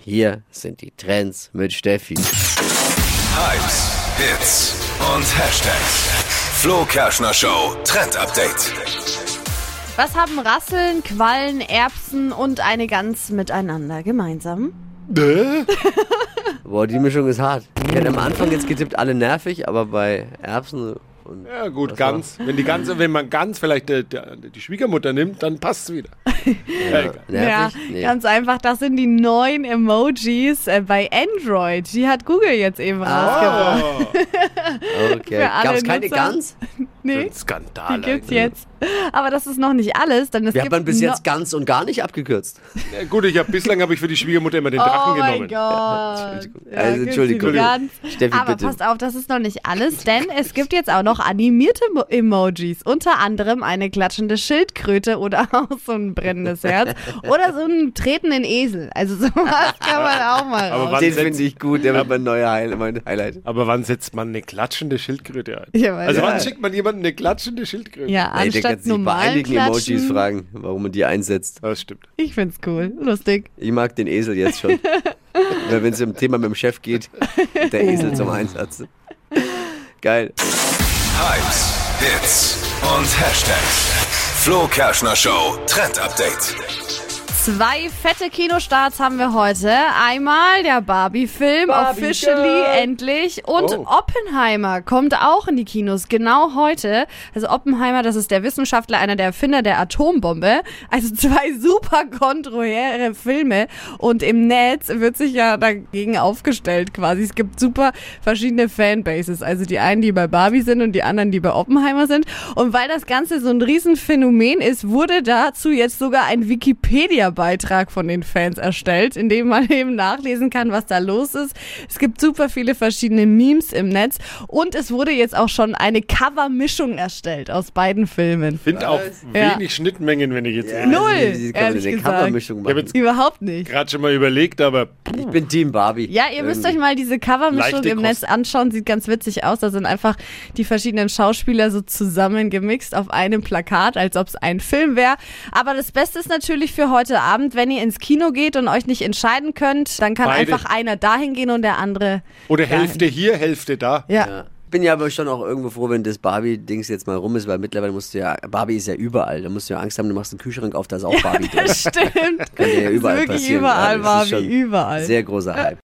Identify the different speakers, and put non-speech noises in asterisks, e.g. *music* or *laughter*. Speaker 1: Hier sind die Trends mit Steffi.
Speaker 2: Hypes, Hits und Hashtags. Flo Kerschner Show Trend Update.
Speaker 3: Was haben Rasseln, Quallen, Erbsen und eine Gans miteinander gemeinsam? Ne?
Speaker 1: Boah, die Mischung ist hart. Ich hätte am Anfang jetzt getippt, alle nervig, aber bei Erbsen und.
Speaker 4: Ja, gut,
Speaker 1: Was
Speaker 4: ganz. Wenn, die ganze, wenn man ganz vielleicht äh, der- die Schwiegermutter nimmt, dann passt es wieder. Ja, egal.
Speaker 1: Nervig?
Speaker 3: Ja,
Speaker 1: Nee.
Speaker 3: ganz einfach, das sind die neuen Emojis äh, bei Android. Die hat Google jetzt eben
Speaker 1: Ah.
Speaker 3: rausgebracht.
Speaker 1: Okay.
Speaker 3: Für alle
Speaker 1: Gab es keine
Speaker 3: Nutzer.
Speaker 1: Gans?
Speaker 3: Nee,
Speaker 4: Skandal.
Speaker 3: die gibt's jetzt. Aber das ist noch nicht alles, denn es
Speaker 1: Wie hat
Speaker 3: gibt
Speaker 1: man bis
Speaker 3: no-
Speaker 1: jetzt ganz und gar nicht abgekürzt?
Speaker 4: Ja, gut, ich hab, bislang habe ich für die Schwiegermutter immer den Drachen
Speaker 3: oh
Speaker 4: genommen.
Speaker 3: mein Gott. Ja,
Speaker 1: Also,
Speaker 3: gibt's die
Speaker 1: Entschuldigung.
Speaker 3: Ganz.
Speaker 1: Steffi,
Speaker 3: Aber
Speaker 1: bitte.
Speaker 3: passt auf, das ist noch nicht alles, denn es gibt jetzt auch noch animierte Mo- Emojis. Unter anderem eine klatschende Schildkröte oder *laughs* auch so ein brennendes Herz oder so einen tretenden Esel. Also sowas kann man auch mal.
Speaker 4: Aber
Speaker 3: raus-
Speaker 4: wann
Speaker 1: Den
Speaker 4: setzt-
Speaker 1: finde ich gut, der wird mein neuer Highlight. Mein Highlight.
Speaker 4: Aber wann setzt man eine klatschende Schildkröte ein?
Speaker 3: Ja, weil-
Speaker 4: also
Speaker 3: Ja.
Speaker 4: wann schickt man jemandem eine klatschende Schildkröte?
Speaker 3: ja,
Speaker 1: Ey, der kann
Speaker 3: anstatt
Speaker 1: sich bei
Speaker 3: normalen
Speaker 1: einigen Emojis
Speaker 3: Klatschen.
Speaker 1: fragen, warum man die einsetzt.
Speaker 4: Das stimmt.
Speaker 3: Ich find's cool, lustig.
Speaker 1: Ich mag den Esel jetzt schon.
Speaker 3: *laughs*
Speaker 1: Wenn es im Thema mit dem Chef geht, der Esel zum Einsatz. Geil.
Speaker 2: Hypes, Hits und Hashtags. Flo Kerschner Show Trend Update.
Speaker 3: Zwei fette Kinostarts haben wir heute. Einmal der Barbie-Film,
Speaker 4: Barbie
Speaker 3: officially
Speaker 4: Girl.
Speaker 3: endlich. Und
Speaker 4: Oh.
Speaker 3: Oppenheimer kommt auch in die Kinos, genau heute. Also Oppenheimer, das ist der Wissenschaftler, einer der Erfinder der Atombombe. Also zwei *laughs* super kontroverse Filme. Und im Netz wird sich ja dagegen aufgestellt quasi. Es gibt super verschiedene Fanbases. Also die einen, die bei Barbie sind und die anderen, die bei Oppenheimer sind. Und weil das Ganze so ein Riesenphänomen ist, wurde dazu jetzt sogar ein Wikipedia-Beitrag von den Fans erstellt, in dem man *laughs* eben nachlesen kann, was da los ist. Es gibt super viele verschiedene Memes im Netz und es wurde jetzt auch schon eine Cover-Mischung erstellt aus beiden Filmen.
Speaker 4: Find auch
Speaker 3: Ja.
Speaker 4: wenig Schnittmengen, wenn ich jetzt ehrlich
Speaker 3: Null,
Speaker 1: Wie kann man
Speaker 3: ehrlich
Speaker 1: denn eine
Speaker 3: gesagt.
Speaker 1: Covermischung
Speaker 4: Ich hab
Speaker 1: machen?
Speaker 4: jetzt-
Speaker 3: Überhaupt nicht.
Speaker 4: gerade schon mal überlegt, aber
Speaker 1: Ich bin Team Barbie.
Speaker 3: Ja, ihr müsst
Speaker 1: Ähm,
Speaker 3: euch mal diese Covermischung
Speaker 4: Leichte
Speaker 3: im
Speaker 4: Kost.
Speaker 3: Netz anschauen. Sieht ganz witzig aus. Da sind einfach die verschiedenen Schauspieler so zusammengemixt auf einem Plakat, als ob es ein Film wäre. Aber das Beste ist natürlich für heute Abend, wenn ihr ins Kino geht und euch nicht entscheiden könnt, dann kann
Speaker 4: Beide.
Speaker 3: einfach einer dahin gehen und der andere.
Speaker 4: oder
Speaker 3: dahin.
Speaker 4: Hälfte hier, Hälfte da.
Speaker 3: Ja.
Speaker 1: Ja. Bin ja aber schon auch irgendwo froh, wenn das Barbie-Dings jetzt mal rum ist, weil mittlerweile musst du ja, Barbie ist ja überall, da musst du ja Angst haben, du machst einen Kühlschrank
Speaker 3: *laughs*
Speaker 1: auf, da ist auch Barbie drin.
Speaker 3: Stimmt.
Speaker 1: Kann dir ja
Speaker 3: *laughs* Das ist
Speaker 1: überall
Speaker 3: wirklich
Speaker 1: passieren.
Speaker 3: überall,
Speaker 1: Ja, das ist
Speaker 3: Barbie,
Speaker 1: schon
Speaker 3: überall.
Speaker 1: Sehr großer Hype.